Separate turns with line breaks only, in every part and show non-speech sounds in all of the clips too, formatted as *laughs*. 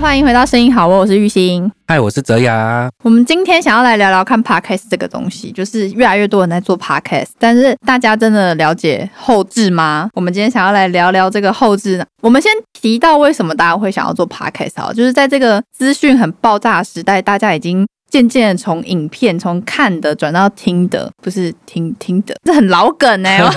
欢迎回到声音好哦，我是玉兴。
嗨，我是泽雅。
我们今天想要来聊聊看 podcast 这个东西，就是越来越多人在做 podcast，但是大家真的了解后置吗？我们今天想要来聊聊这个后置。我们先提到为什么大家会想要做 podcast 好了，就是在这个资讯很爆炸的时代，大家已经。渐渐地从影片从看的转到听的，不是听听的，这很老梗哎、我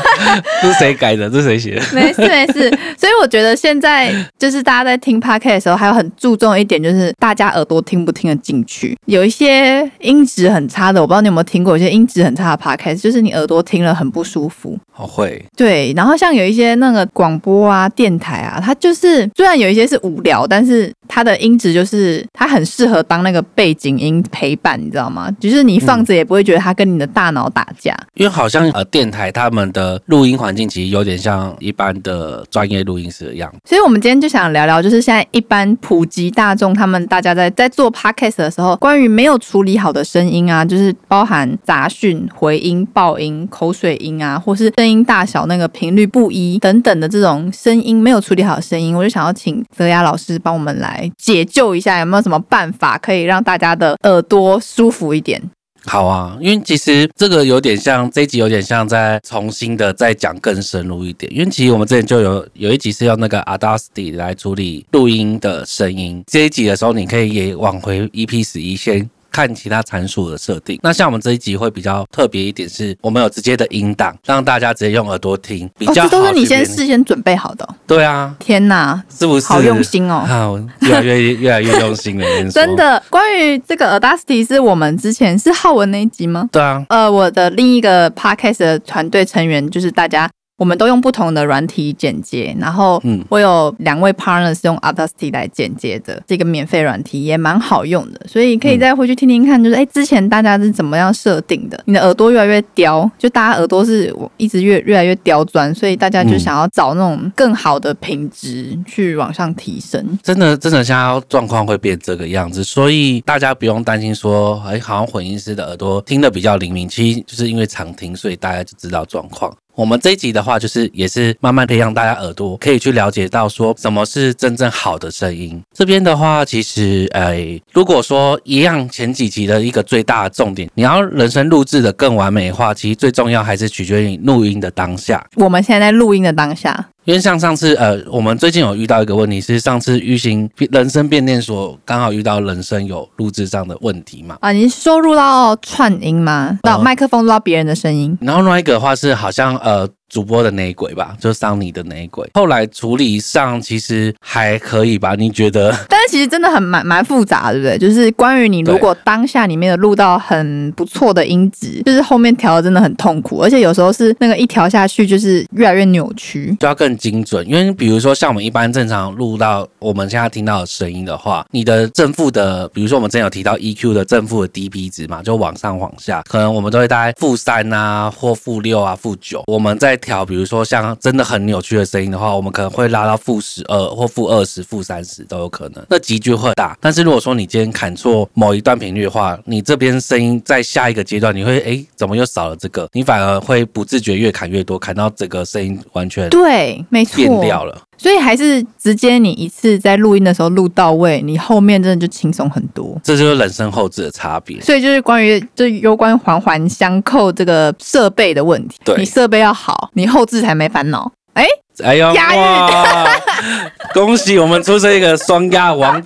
这 *laughs* 是谁改的？这是谁写的？
*laughs* 没事没事，所以我觉得现在就是大家在听 podcast 的时候，还有很注重一点，就是大家耳朵听不听得进去。有一些音质很差的，我不知道你有没有听过，有些音质很差的 podcast，就是你耳朵听了很不舒服。
好哦会，
对，然后像有一些那个广播啊、电台啊，它就是虽然有一些是无聊，但是它的音质就是它很适合当那个背景音陪伴，你知道吗？就是你放着也不会觉得它跟你的大脑打架。
因为好像呃电台他们的录音环境其实有点像一般的专业录音室一样。
所以，我们今天就想聊聊，就是现在一般普及大众他们大家在在做 podcast 的时候，关于没有处理好的声音啊，就是包含杂讯、回音、爆音、口水音啊，或是声音大小那个频率不一等等的这种声音没有处理好的声音，我就想要请泽雅老师帮我们来解救一下，有没有什么办法可以让大家的耳朵舒服一点？
好啊，因为其实这个有点像这一集，有点像在重新的再讲更深入一点。因为其实我们之前就有有一集是用那个 Audacity 来处理录音的声音，这一集的时候你可以也往回 EP 十一先。看其他参数的设定。那像我们这一集会比较特别一点是，我们有直接的音档，让大家直接用耳朵听，比
哦，
较
这
好、
都是你先。事先准备好的哦、
对啊，
天哪，
是不是？
好用心哦！
*laughs* 啊，我越来越越来越用心了，跟你说
*laughs* 真。的，关于这个 Audacity 是我们之前是浩文那一集吗？
对啊，
呃，我的另一个 podcast 的团队成员就是大家，我们都用不同的软体剪接，然后
嗯
我有两位 partner 是用 Audacity 来剪接的，这个免费软体也蛮好用的，所以可以再回去听听
嗯
看，就是哎、诶之前大家是怎么样设定的？你的耳朵越来越刁，就大家耳朵是一直越越来越刁钻，所以大家就
嗯
想要找那种更好的品质去往上提升。
真的真的，现在状况会变这个样子，所以大家不用担心说，哎，好像混音师的耳朵听得比较灵敏，其实就是因为常听，所以大家就知道状况。我们这一集的话，就是也是慢慢培养大家耳朵，可以去了解到说什么是真正好的声音。这边的话，其实哎，如果说一样前几集的一个最大的重点，你要人声录制的更完美的话，其实最重要还是取决于你录音的当下。
我们现在在录音的当下，
因为像上次，呃，我们最近有遇到一个问题，是上次玉兴人生变电所刚好遇到人生有录制上的问题嘛。
啊，你是说录到串音吗？到
嗯
麦克风录到别人的声音？
然后另外一个的话是，好像呃主播的内鬼吧，就是桑尼的内鬼。后来处理上其实还可以吧？你觉得？
但是其实真的很蛮蛮复杂，对不对？就是关于你如
对
果当下你没有录到很不错的音质，就是后面调的真的很痛苦，而且有时候是那个一调下去就是越来越扭曲。
就要更精准，因为比如说像我们一般正常录到我们现在听到的声音的话，你的正负的，比如说我们之前有提到 EQ 的正负的 dB 值嘛，就往上往下，可能我们都会大概负三啊或负六啊负九。我们在调，比如说像真的很扭曲的声音的话，我们可能会拉到负十二或负二十、负三十都有可能，那急剧会大。但是如果说你今天砍错某一段频率的话，你这边声音在下一个阶段你会诶怎么又少了这个？你反而会不自觉越砍越多，砍到整个声音完全。
对，没错
变。掉了。
所以还是直接你一次在录音的时候录到位，你后面真的就轻松很多。
这就是人生后置的差别。
所以就是关于就有关环环相扣这个设备的问题，
对
你设备要好，你后置才没烦恼。哎、
哎呦，
押韵
哇！
*laughs*
恭喜我们出生一个双鸭王，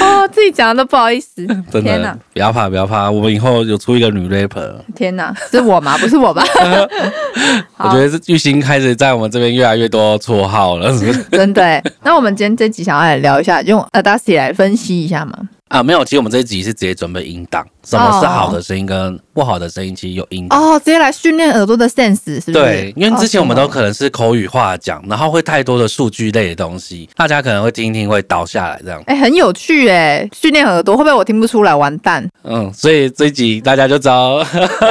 哦，自己讲的都不好意思。
*laughs*
*laughs*
真
天哪
的，不要怕，不要怕，我们以后有出一个女 rapper。
天哪，是我吗？不是我吧？
我
好
觉得是巨星开始在我们这边越来越多绰号
*laughs*
了，是不是
真的欸。那我们今天这集想要来聊一下，用 Audacity 来分析一下嘛。
啊？没有，其实我们这一集是直接准备音档，什么是好的声音跟不好的声音，其实有音档。
哦，直接来训练耳朵的 sense 是不哦是？
对，因为之前我们都
哦
可能是口语化讲，然后会太多的数据类的东西，大家可能会听一听会倒下来这样。
哎、很有趣哎，训练耳朵会不会我听不出来？完 *laughs* 蛋，
嗯，所以这一集大家就知道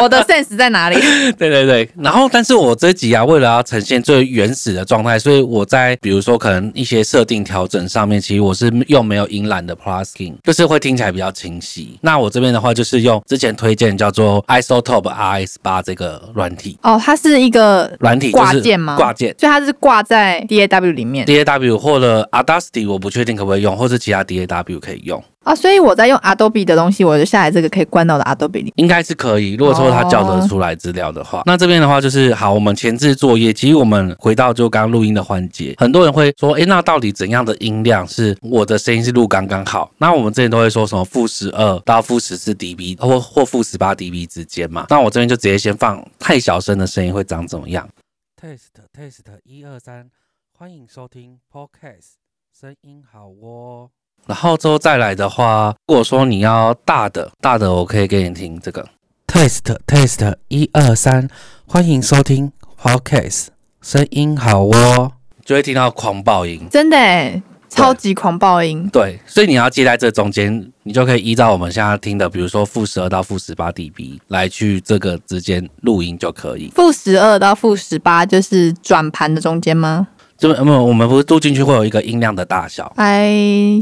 我的 sense 在哪里？
对对对，然后但是我这集啊，为了要呈现最原始的状态，所以我在比如说可能一些设定调整上面，其实我是用没有音懒的 Pluskin，就是会听起来比较清晰。那我这边的话就是用之前推荐叫做 Isotope RS 八这个软体，
*laughs* 哦，它是一个
软体就是
挂件吗？
挂件。
所以它是挂在 DAW 里面
DAW 或者 Audacity 我不确定可不可以用，或是其他 DAW 可以用，
啊、所以我在用 Adobe 的东西，我就下载这个可以关到的 Adobe 里。
应该是可以。如果说它叫得出来资料的话，那这边的话就是好，我们前置作业，其实我们回到就刚刚录音的环节，很多人会说，诶，那到底怎样的音量是我的声音是录刚刚好？那我们之前都会说什么负十二到负十四 dB 或或负十八 dB 之间嘛，那我这边就直接先放太小声的声音会长怎么样？Test test 一二三，欢迎收听 Podcast，声音好哦。然后之后再来的话，如果说你要大的，大的我可以给你听这个。Test test 一二三，欢迎收听 Podcast，声音好哦，就会听到狂暴音。
真的耶，超级狂暴音。
对，所以你要接在这中间，你就可以依照我们现在听的，比如说负十二到负十八 dB 来去这个之间录音就可以。
负十二到负十八就是转盘的中间吗？
就没呃有，我们不是录进去会有一个音量的大小，
哎，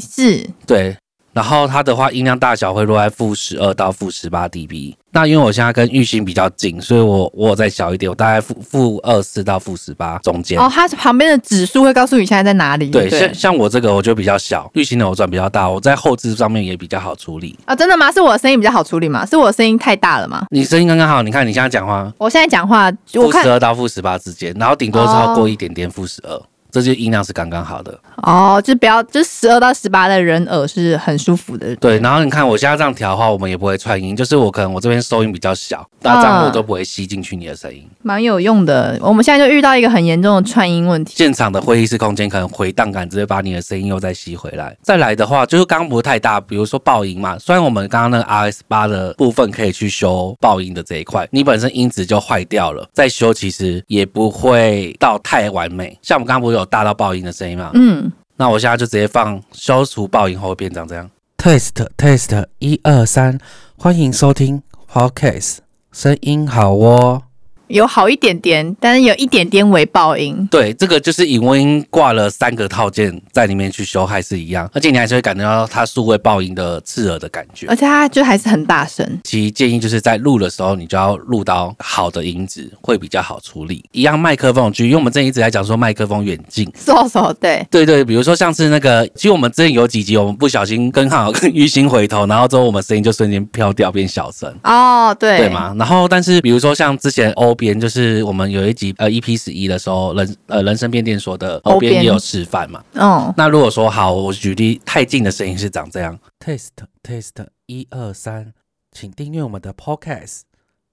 是
对，然后它的话音量大小会落在负十二到负十八 dB。那因为我现在跟玉鑫比较近，所以我我有再小一点，我大概负负二四到负十八中间。
哦，它旁边的指数会告诉你现在在哪里。
对，
不
像像我这个我就比较小，玉鑫的我转比较大，我在后置上面也比较好处理。
啊、真的吗？是我的声音比较好处理吗？是我的声音太大了吗？
你声音刚刚好，你看你现在讲话，
我现在讲话，我
负
看
十二到负十八之间，然后顶多超过一点点负十二，这就音量是刚刚好的。
哦，就是不要，就是十二到十八的人耳是很舒服的。
对，然后你看我现在这样调的话，我们也不会串音，就是我可能我这边收音比较小，那这样
嗯
我都不会吸进去你的声音。
蛮有用的。我们现在就遇到一个很严重的串音问题。
现场的会议室空间可能回荡感直接把你的声音又再吸回来。再来的话，就是刚刚不是太大，比如说爆音嘛，虽然我们刚刚那个 RS 八的部分可以去修爆音的这一块，你本身音质就坏掉了，再修其实也不会到太完美。像我们刚刚不是有大到爆音的声音嘛，
嗯，
那我现在就直接放消除爆音后会变成这样。Test test 一二三，欢迎收听 Podcast，声音好哦。
有好一点点，但是有一点点微爆音。
对，这个就是影音挂了三个套件在里面去修，还是一样，而且你还是会感觉到它数位爆音的刺耳的感觉
而。且它就还是很大声，
其实建议就是在录的时候，你就要录到好的音质，会比较好处理。一样麦克风去，因为我们之前一直在讲说麦克风远近。
嗖嗖哦对，
对对，比如说上次那个，其实我们之前有几集，我们不小心跟好 *laughs* 跟玉鑫回头，然后之后我们声音就瞬间飘掉变小声。
哦对，
对？嘛？然后，但是比如说像之前欧边，就是我们有一集呃 EP 十一的时候，人呃人生变电说的
欧
欧边
边
也有示范嘛。
嗯，
那如果说好，我举例太近的声音是长这样，test test 一二三，请订阅我们的 podcast，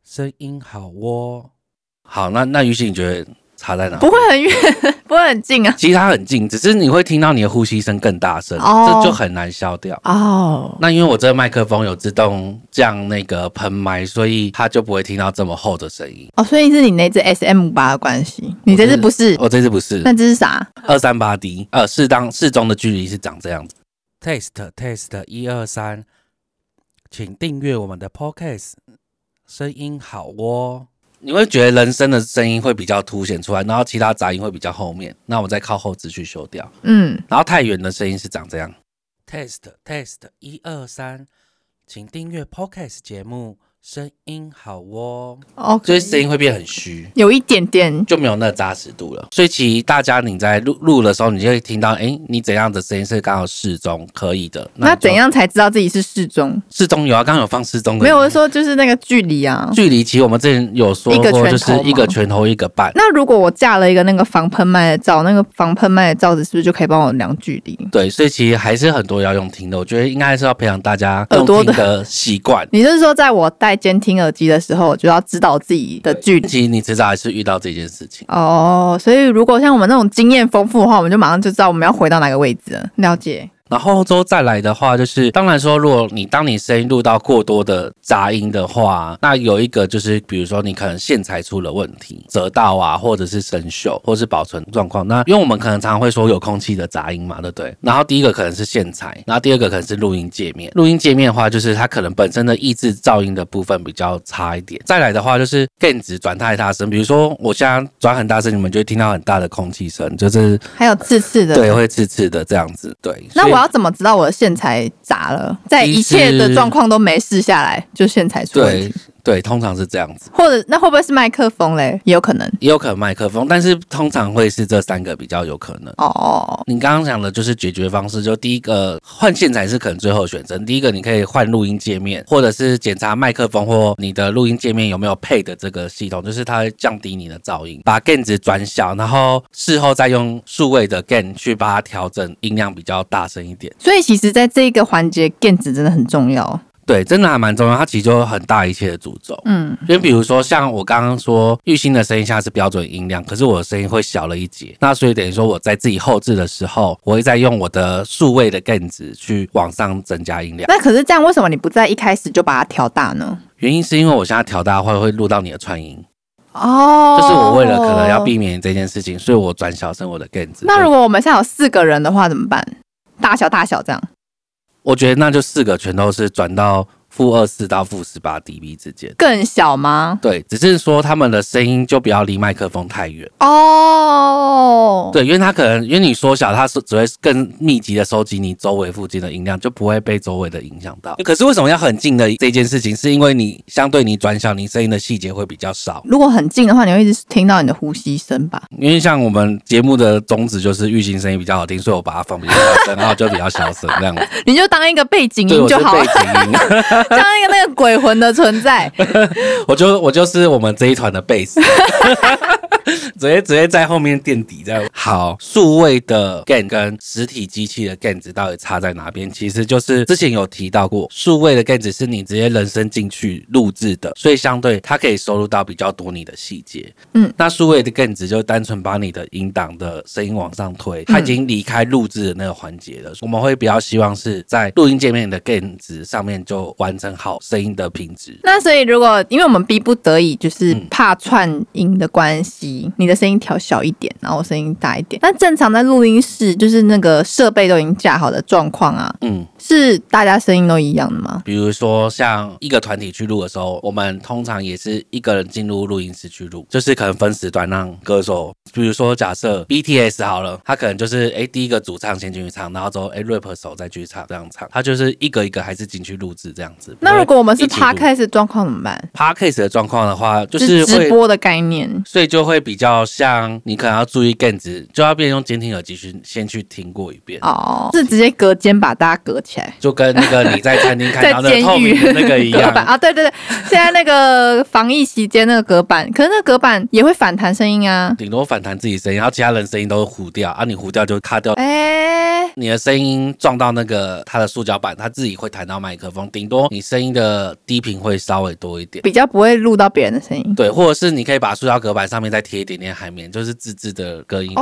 声音好哦。好，那那于是你觉得差在哪？
不会很远， *laughs* 不会很近啊。
其实它很近，只是你会听到你的呼吸声更大声，
哦
这就很难消掉。
哦，
那因为我这个麦克风有自动降那个喷麦，所以它就不会听到这么厚的声音。
哦，所以是你那只 S M 八的关系，你这只不是，
哦我这次不是
那这是啥？
二三八 D，呃，适当适中的距离是长这样子。Test test 一二三，请订阅我们的 Podcast，声音好哦。你会觉得人声的声音会比较凸显出来，然后其他杂音会比较后面，那我再靠后置去修掉。
嗯，
然后太远的声音是长这样。Test test 一二三，请订阅 Podcast 节目，声音好哦。
哦，
所以声音会变很虚。
有一点点，
就没有那个扎实度了。所以其实大家你在录录的时候，你就会听到，哎、你怎样的声音是刚好适中可以的。
那
你就
怎？样才知道自己是适中？
适中有啊，刚刚有放适中的，
没有，我是说就是那个距离啊。
距离。其实我们之前有说
一个拳头
过，就是一个
吗
拳头一个半。
那如果我架了一个那个防喷麦的罩，那个防喷麦的罩子是不是就可以帮我量距离？
对，所以其实还是很多要用听的，我觉得应该还是要培养大家
耳
用
朵
听
的
的习惯。
你就是说，在我戴监听耳机的时候，我就要知道自己的距离
其实你迟早还是遇到这件事情。
哦。所以，如果像我们那种经验丰富的话，我们就马上就知道我们要回到哪个位置了。了解，
然后之后再来的话，就是当然说，如果你当你声音录到过多的杂音的话，那有一个就是，比如说你可能线材出了问题，折到啊，或者是生锈，或是保存状况。那因为我们可能常常会说有空气的杂音嘛，对不对？然后第一个可能是线材，然后第二个可能是录音界面。录音界面的话，就是它可能本身的抑制噪音的部分比较差一点。再来的话就是电子转太大声，比如说我现在转很大声，你们就会听到很大的空气声，就是
还有次次的。
对会刺刺的这样子。对，
那
所以
我要怎么知道我的线材砸了？在一切的状况都没试下来，就线材出问
对
题，
对，通常是这样子，
或者那会不会是麦克风嘞？也有可能
也有可能麦克风，但是通常会是这三个比较有可能。
哦。
你刚刚讲的就是解决方式，就第一个换线材是可能最后的选择。第一个你可以换录音界面，或者是检查麦克风或你的录音界面有没有配的这个系统，就是它会降低你的噪音，把 gain 值转小，然后事后再用数位的 gain 去把它调整音量比较大声一点。
所以其实，在这一个环节，电子真的很重要。
对，真的还蛮重要，它其实就很大一切的主轴。
嗯，
因为比如说像我刚刚说，玉鑫的声音现在是标准音量，可是我的声音会小了一截，那所以等于说我在自己后置的时候，我会再用我的数位的 gain 值去往上增加音量。
那可是这样，为什么你不在一开始就把它调大呢？
原因是因为我现在调大的话会录到你的串音，
哦，
就是我为了可能要避免这件事情，所以我转小声我的 gain 值。
那如果我们现在有四个人的话，怎么办？大小大小这样，
我觉得那就四个全都是转到负二四到负十八 dB 之间。
更小吗？
对，只是说他们的声音就不要离麦克风太远。
哦，，
对，因为它可能因为你缩小，它是只会更密集的收集你周围附近的音量，就不会被周围的影响到。可是为什么要很近的这件事情，是因为你相对你转小，你声音的细节会比较少。
如果很近的话，你会一直听到你的呼吸声吧？
因为像我们节目的宗旨就是玉鑫声音比较好听，所以我把它放比较小声，然后就比较小声这样子。
你就当一个背景
对，
音
我是
就好
背
了，
景音，
*laughs* 当一个那个鬼魂的存在。
我就我就是我们这一团的贝斯。 *laughs* 直接直接在后面垫底这样。好，数位的 gain 跟实体机器的 gain 值到底差在哪边？其实就是之前有提到过，数位的 gain 值是你直接人声进去录制的，所以相对它可以收录到比较多你的细节。
嗯，
那数位的 gain 值就单纯把你的音档的声音往上推，它已经离开录制的那个环节了。我们会比较希望是在录音界面的 gain 值上面就完成好声音的品质。
那所以，如果因为我们逼不得已，就是
嗯
怕串音的关系，你的声音调小一点，然后我声音大一点。那正常在录音室，就是那个设备都已经架好的状况啊，
嗯。
是大家声音都一样的吗？
比如说像一个团体去录的时候，我们通常也是一个人进入录音室去录，就是可能分时段让歌手，比如说假设 BTS 好了，他可能就是诶第一个主唱先进去唱，然后之后诶 rap 手再去唱这样唱，他就是一个一个还是进去录制这样子。
那如果我们是 p o d c
拍
a s 状况怎么办？
podcast 的状况的话，就
就是直
会。
播的概念。
所以就会比较像你可能要注意 gain 值，就要变用监听耳机去先去听过一遍，
哦，
嗯
是直接隔间把大家隔起来，
就跟那个你在餐厅
*laughs*
看
在
到那个
监
透
狱
明的那个一
隔
样，
板啊， *laughs* 对对对，现在那个防疫期间那个隔板，可是那个隔板也会反弹声音啊，
顶多反弹自己声音，然后其他人声音都糊掉啊，你糊掉就卡掉。
哎、
你的声音撞到那个它的塑胶板，它自己会弹到麦克风，顶多你声音的低频会稍微多一点，
比较不会录到别人的声音。
对，或者是你可以把塑胶隔板上面再贴一点点海绵，就是自制的隔音。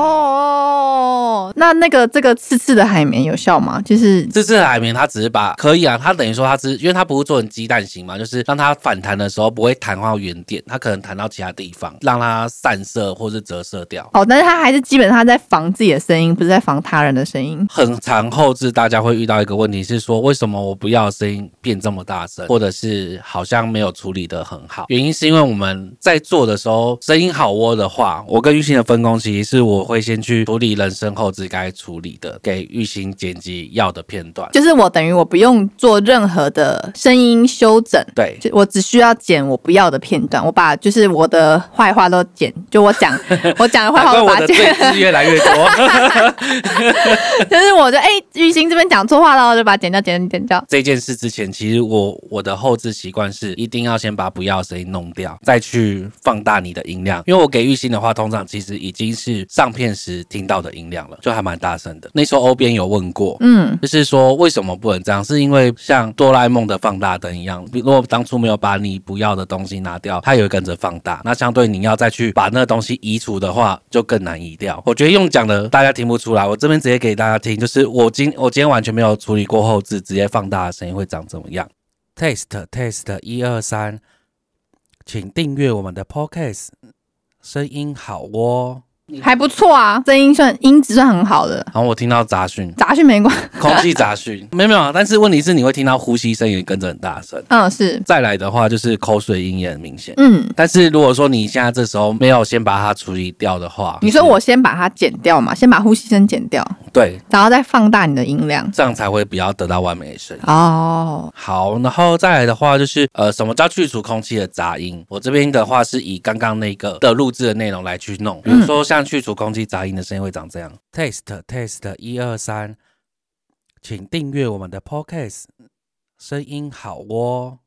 哦，那那个这个刺刺的海绵有效吗？就是
自制的海绵它只是把可以啊，它等于说它是因为它不是做成鸡蛋型嘛，就是让它反弹的时候不会弹到原点，它可能弹到其他地方，让它散射或是折射掉。
哦，但是它还是基本上它在防自己的声音，不是在防他人的声音。
很常后置，大家会遇到一个问题是说，为什么我不要的声音变这么大声，或者是好像没有处理得很好？原因是因为我们在做的时候，声音好窝的话，我跟玉鑫的分工其实是我会先去处理人声后置该处理的，给玉鑫剪辑要的片段。
就是我等于我不用做任何的声音修整，
对
就我只需要剪我不要的片段，我把就是我的坏话都剪，就我讲 *laughs* 我讲的坏话
难怪
我
我
把它
的
剪，
罪字越来越多。
*laughs* 就是我就哎、玉兴这边讲错话了，我就把它剪掉剪掉剪掉。
这件事之前，其实我我的后置习惯是一定要先把不要的声音弄掉，再去放大你的音量。因为我给玉鑫的话，通常其实已经是上片时听到的音量了，就还蛮大声的。那时候欧边有问过。
嗯，
就是说，为什么不能这样？是因为像哆啦 A 梦的放大灯一样，如果当初没有把你不要的东西拿掉，它也会跟着放大。那相对你要再去把那个东西移除的话，就更难移掉。我觉得用讲的大家听不出来，我这边直接给大家听，就是我今我今天完全没有处理过后置，直接放大的声音会长怎么样？Test test 一二三，请订阅我们的 Podcast，声音好哦。
还不错啊，声音算音质算很好的，
然后我听到杂讯，
杂讯没关，
*laughs* 空气杂讯，没有没有，但是问题是你会听到呼吸声也跟着很大声。
嗯是，
再来的话就是口水音也很明显。
嗯，
但是如果说你现在这时候没有先把它处理掉的话，
你说我先把它剪掉嘛，先把呼吸声剪掉，
对，
然后再放大你的音量。
这样才会比较得到完美的声音。
哦，
好，然后再来的话就是，呃，什么叫去除空气的杂音？我这边的话是以刚刚那个的录制的内容来去弄，比如说像去除空气杂音的声音会长这样、t e s t test 一二三，请订阅我们的 podcast，声音好哦。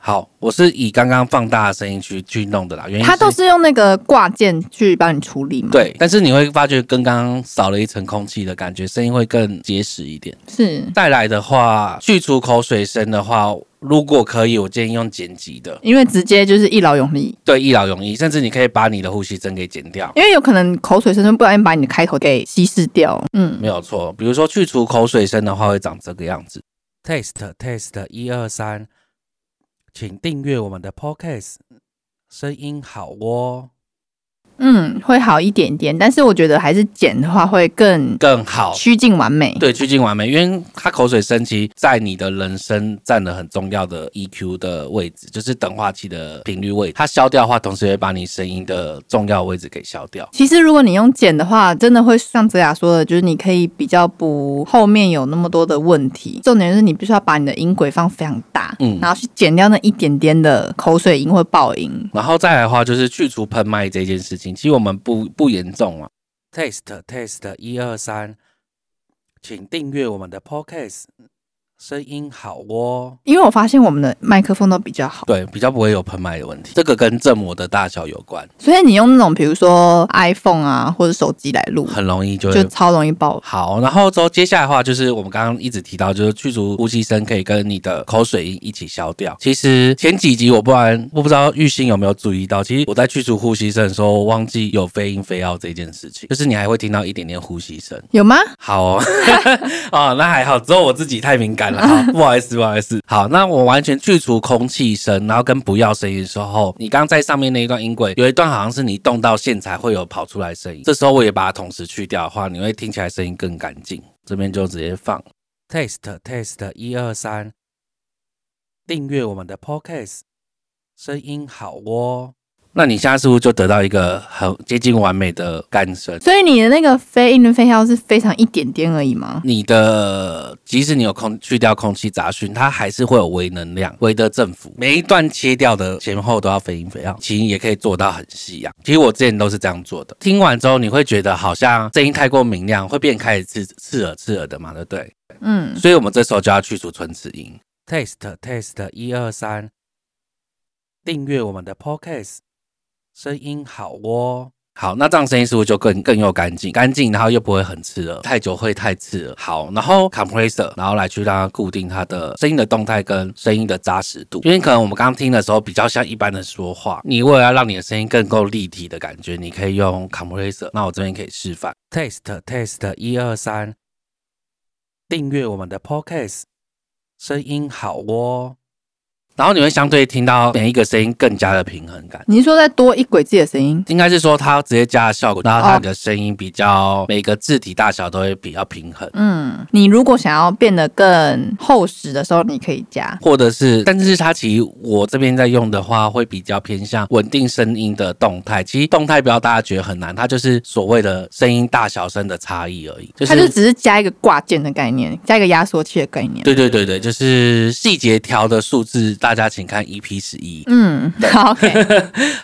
好，我是以刚刚放大的声音去去弄的啦，原因
它都是用那个挂件去帮你处理嘛？，
对，但是你会发觉跟刚刚少了一层空气的感觉，声音会更结实一点。
是
再来的话，去除口水声的话，如果可以，我建议用剪辑的，
因为直接就是一劳永逸，
对，一劳永逸。甚至你可以把你的呼吸声给剪掉，
因为有可能口水声声不小心把你的开头给稀释掉。嗯，
没有错。比如说去除口水声的话，会长这个样子。Test test 一二三，请订阅我们的 Podcast，声音好哦，
嗯，会好一点点，但是我觉得还是剪的话会更
更好。
趋近完美。
对，趋近完美，因为它口水声其实在你的人生占了很重要的 EQ 的位置，就是等化器的频率位置。它消掉的话，同时也把你声音的重要位置给消掉。
其实如果你用剪的话，真的会像泽雅说的，就是你可以比较不后面有那么多的问题。重点是你必须要把你的音轨放非常大，
嗯
然后去剪掉那一点点的口水音或爆音。
然后再来的话，就是去除喷麦这件事情，其实我们不不严重啊。Test test 一二三，请订阅我们的 Podcast，声音好哦。
因为我发现我们的麦克风都比较好，
对，比较不会有喷麦的问题，这个跟振膜的大小有关，
所以你用那种比如说 iPhone 啊或者手机来录，
很容易就
就
会
超容易爆。
好，然后之后接下来的话就是我们刚刚一直提到，就是去除呼吸声可以跟你的口水音一起消掉。其实前几集我不然我不知道玉兴有没有注意到，其实我在去除呼吸声的时候，我忘记有非音非奥这件事情，就是你还会听到一点点呼吸声。
有吗？
好哦， *laughs* 哦，那还好，只有我自己太敏感了， *laughs* 好，不好意思，不好意思。好，那我完全去除空气声，然后跟不要声音的时候，你刚刚在上面那一段音轨，有一段好像是你动到线才会有跑出来声音，这时候我也把它同时去掉的话，你会听起来声音更干净。这边就直接放 test test 一二三，订阅我们的 podcast，声音好哦。那你现在是不是就得到一个很接近完美的干声？
所以你的那个非音的非要是非常一点点而已吗？
你的即使你有空去掉空气杂讯，它还是会有微能量、微的振幅。每一段切掉的前后都要非音非样，其实也可以做到很细啊。其实我之前都是这样做的。听完之后，你会觉得好像声音太过明亮，会变开始刺刺耳、刺耳的嘛，对不对？
嗯，
所以我们这时候就要去除唇齿音。Test test 一二三，订阅我们的 Podcast，声音好哦。好，那这样声音是不是就更更又干净？干净，然后又不会很刺耳，太久会太刺耳。好，然后 compressor，然后来去让它固定它的声音的动态跟声音的扎实度。因为可能我们刚刚听的时候比较像一般的说话，你为了要让你的声音更够立体的感觉，你可以用 compressor。那我这边可以示范，test test 一二三，订阅我们的 podcast，声音好哦。然后你会相对听到每一个声音更加的平衡感。
你是说再多一轨自己的声音？
应该是说它直接加的效果，然后
哦
它的声音比较、每个字体大小都会比较平衡。
嗯，你如果想要变得更厚实的时候，你可以加。
或者是，但是它其实我这边在用的话，会比较偏向稳定声音的动态。其实动态不要大家觉得很难，它就是所谓的声音大小声的差异而已。就
它就是只是加一个挂件的概念，加一个压缩器的概念。
对对对对，就是细节调的数字，大家请看 EP 十一。
嗯， *laughs* 好，OK，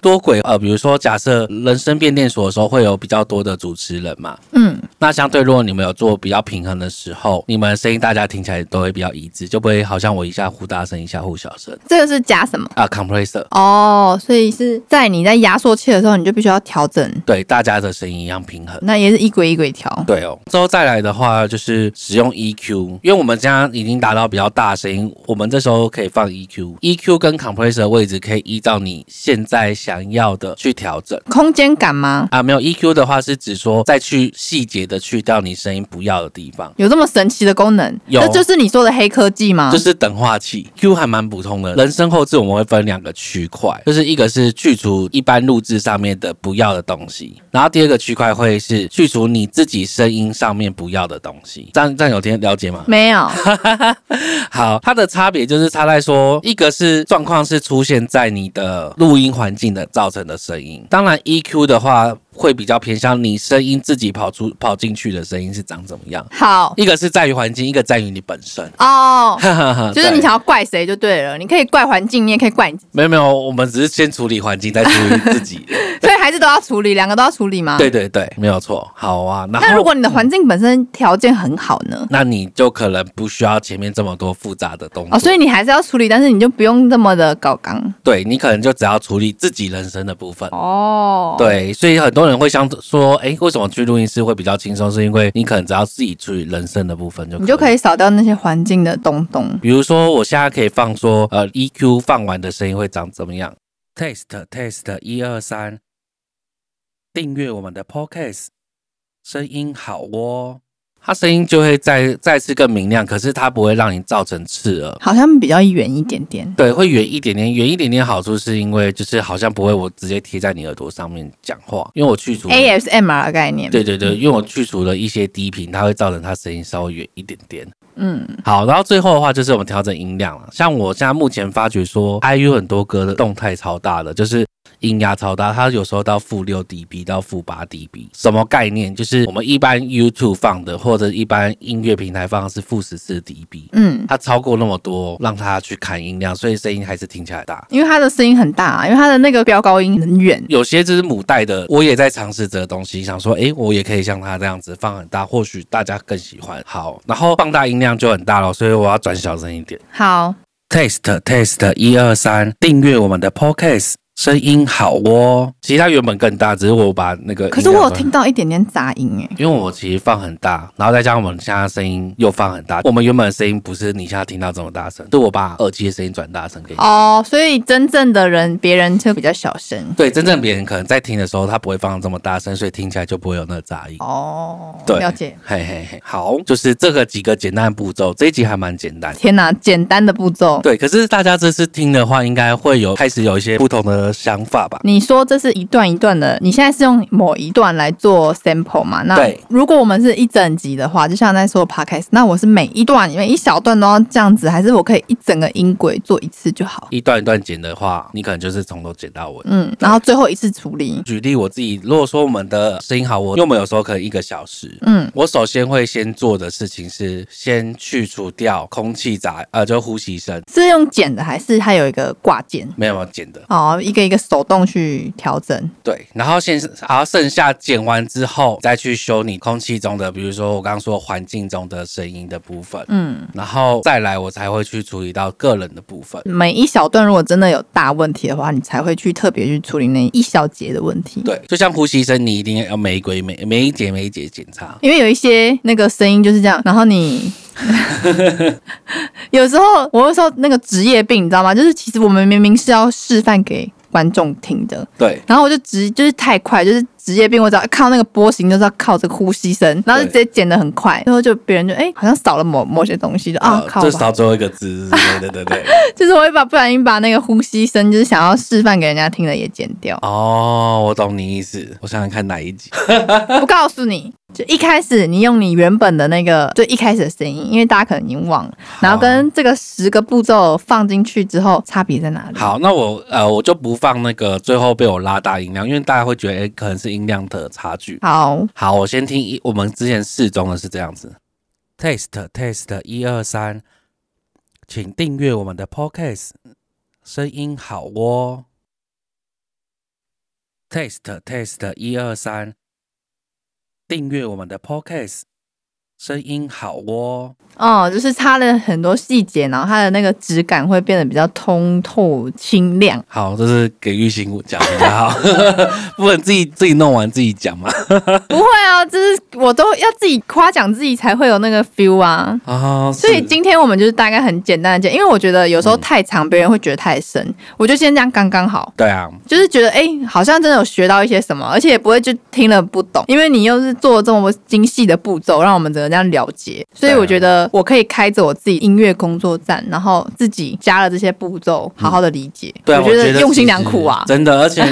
多轨呃，比如说假设人生变电所的时候，会有比较多的主持人嘛，
嗯，
那相对，如果你们有做比较平衡的时候，你们的声音大家听起来都会比较一致，就不会好像我一下忽大声，一下忽小声
这个是加什么？
啊。Compressor
哦，所以是在你在压缩器的时候，你就必须要调整，
对大家的声音一样平衡。
那也是一轨一轨调。
对哦，之后再来的话就是使用 EQ，因为我们现在已经达到比较大的声音，我们这时候可以放 E EQ。EQ 跟 compressor 的位置可以依照你现在想要的去调整。
空间感吗？
啊，没有 EQ 的话是指说再去细节的去掉你声音不要的地方。
有这么神奇的功能？
有
这就是你说的黑科技吗？
就是等化器。Q E 还蛮普通的，人声后置我们会分两个区块，就是一个是去除一般录制上面的不要的东西，然后第二个区块会是去除你自己声音上面不要的东西。这样这样有听了解吗？
没有，
好，它的差别就是差在说，一个是状，E 况是出现在你的录音环境的造成的声音，当然 EQ 的话。会比较偏向你声音自己跑出跑进去的声音是长怎么样。
好
一个是在于环境，一个在于你本身。 *laughs*
哦，就
就是
你想要怪谁就对了，你可以怪环境，你也可以怪你自己，
没有没有，我们只是先处理环境，再处理
*laughs*
自己。
所以还是都要处理，两个都要处理吗？
对。对对，没有错。好啊，然后
那如果你的环境本身条件很好呢？
那你就可能不需要前面这么多复杂的动作，
哦，所以你还是要处理，但是你就不用这么的搞刚
对你可能就只要处理自己人生的部分。
哦。，
对，所以很多人会想说，哎，为什么去录音室会比较轻松？是因为你可能只要自己处理人生的部分就
你就可
以。
以少掉那些环境的东东。
比如说，我现在可以放说，呃，EQ 放完的声音会长怎么样？Test test 一二三，订阅我们的 Podcast，声音好哦，它声音就会再再次更明亮，可是它不会让你造成刺耳。
好像比较远一点点。
对，会远一点点，远一点点好处是因为就是好像不会我直接贴在你耳朵上面讲话，因为我去除
哎
了
ASMR 的概念，
对对对，因为我去除了一些低频，它会造成它声音稍微远一点点。
嗯，
好，然后最后的话就是我们调整音量了。像我现在目前发觉说，IU 很多歌的动态超大的，就是音压超大，它有时候到负六 dB 到负八 dB，什么概念？就是我们一般 YouTube 放的或者一般音乐平台放的是负十四 dB，
嗯，
它超过那么多，让它去砍音量，所以声音还是听起来大。
因为它的声音很大、啊因为它的那个飙高音很远。
有些就是母带的，我也在尝试这个东西，想说，诶，我也可以像他这样子放很大，或许大家更喜欢。好，然后放大音量就很大了，所以我要转小声一点。
好，
Test test 一二三，订阅我们的 podcast，声音好哦。其实它原本更大，只是我把那个，
可是我有听。到一点点杂音哎、
因为我其实放很大，然后再加上我们现在声音又放很大，我们原本的声音不是你现在听到这么大声，是我把耳机的声音转大声给你。
哦，所以真正的人，别人就比较小声。
对，真正别人可能在听的时候，他不会放这么大声，所以听起来就不会有那个杂音。
哦，
对
了解。
嘿嘿嘿，好，就是这个几个简单的步骤，这一集还蛮简单。
天哪，简单的步骤。
对，可是大家这次听的话，应该会有开始有一些不同的想法吧？
你说这是一段一段的，你现在是用某一段来做 sample 嘛？那
对
如果我们是一整集的话，就像在说 podcast，那我是每一段每一小段都要这样子，还是我可以一整个音轨做一次就好？
一段一段剪的话，你可能就是从头剪到尾。
嗯，然后最后一次处理。
举例我自己，如果说我们的声音好，我因为我们有时候可能一个小时。
嗯，
我首先会先做的事情是先去除掉空气杂，呃，就呼吸声，
是用剪的还是它有一个挂件？
没有剪的，
哦，一个一个手动去调整。
对。然后先，然后剩下剪完之后，再去修你空气中的，比如说我刚刚说环境中的声音的部分。
嗯，
然后再来我才会去处理到个人的部分。
每一小段如果真的有大问题的话，你才会去特别去处理那一小节的问题。，
对，就像呼吸声，你一定要每一轨每每一节每一节检查。
因为有一些那个声音就是这样，然后你有时候我会说那个职业病，你知道吗？就是其实我们明明是要示范给观众听的，
对，
然后我就直就是太快，就是职业病，我只要靠那个波形就知道靠这个呼吸声，然后就直接剪得很快，最后就别人就哎、好像少了某某些东西，就啊、
呃
靠
就
吧，
少最后一个字，对对
*laughs*
对对。。
就是我会把不小心把那个呼吸声，就是想要示范给人家听的也剪掉
哦，我懂你意思。我想想看哪一
*laughs*
集。
不告诉你，就一开始你用你原本的那个最一开始的声音，因为大家可能已经忘了，然后跟这个十个步骤放进去之后，差别在哪里？
好，那我呃我就不放那个最后被我拉大音量，因为大家会觉得诶可能是音量的差距。
好，
好，我先听一，我们之前试中的是这样子，test test 一二三，请订阅我们的 podcast，声音好哦。test test 一二三，订阅我们的 podcast，声音好哦。
哦，就是差了很多细节，然后它的那个质感会变得比较通透、清
*laughs*
亮。
好，这是给玉兴讲比较好， *laughs* 不能自己自己弄完自己讲嘛。
不会啊，就是我都要自己夸奖自己才会有那个 feel 啊。
啊、
所以
是嗯
今天我们就是大概很简单的讲，因为我觉得有时候太长，别人会觉得太深，我就先这样刚刚好。
对啊，
就是觉得哎、诶好像真的有学到一些什么，而且也不会就听了不懂，因为你又是做这么精细的步骤，让我们整个这样了解。所以
对啊
我觉得我可以开着我自己音乐工作站，然后自己加了这些步骤，好好的理解。
对啊，
我觉
得
得用心良
其实
苦啊。
真的，而且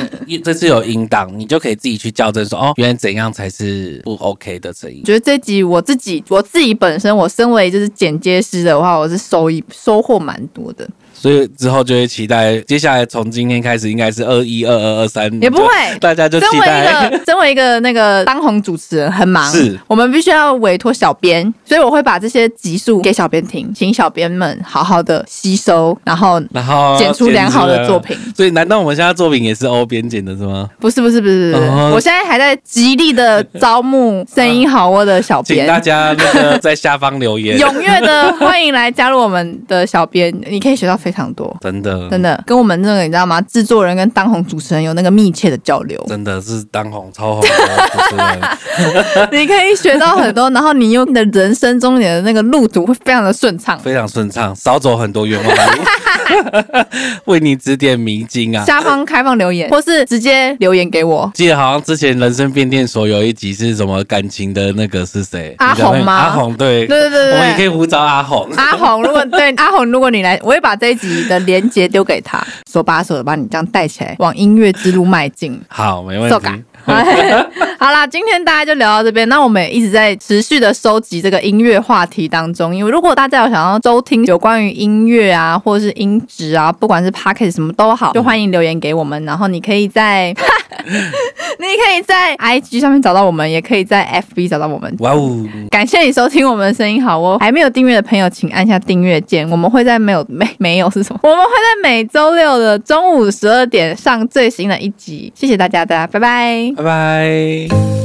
这次有音档，你就可以自己去校正说，
*laughs*
哦，原来怎样才是不 OK 的声音
我。觉得这集我自己我自己本身，我身为就是剪接师的话，我是收益收获蛮多的。
所以之后就会期待，接下来从今天开始应该是二一、二二、二三，
也不会
就大家就
身
期
为
待
一。个身为一个那个当红主持人很忙，
是
我们必须要委托小编，所以我会把这些集数给小编听，请小编们好好的吸收，然后
*laughs* 然后
剪出良好的作品。
所以，难道我们现在作品也是欧编剪的
*laughs*
是吗？
不是不是不是不是，
哦
我现在还在极力的招募声音好窝的小
请
编。
大家那个在下方
*laughs*
留言。
踊跃的欢迎来加入我们的小编，你可以学到非常多，
真的，
真的跟我们那个你知道吗？制作人跟当红主持人有那个密切的交流，
真的是当红超红的主持人，
*laughs* 你可以学到很多，然后你用你的人生中你的那个路途会非常的顺畅。
非常顺畅，少走很多冤枉路， *laughs* 为你指点迷津啊！
下方开放留言，或是直接留言给我。
记得好像之前人生变电所有一集是什么感情的那个是谁？
阿红
你的那个
吗
阿红对，
对对对对
我们也可以呼召阿红。
阿红，如果对阿红，如果你来，我会把这一集的连接丢给他，手把手的把你这样带起来，往音乐之路迈进。
好，没问
受感 *laughs*
题。。
好啦，今天大家就聊到这边。那我们也一直在持续的收集这个音乐话题当中，因为如果大家有想要收听有关于音乐啊，或者是音质啊，不管是 p o c k e t 什么都好，就欢迎留言给我们。然后你可以在， *laughs* 你可以在 IG 上面找到我们，也可以在 FB 找到我们。
哇哦，
感谢你收听我们的声音好哦！还没有订阅的朋友，请按下订阅键。我们会在没有没没有是什么？我们会在每周六的中午十二点上最新的一集。谢谢大家，大家拜拜。
拜拜。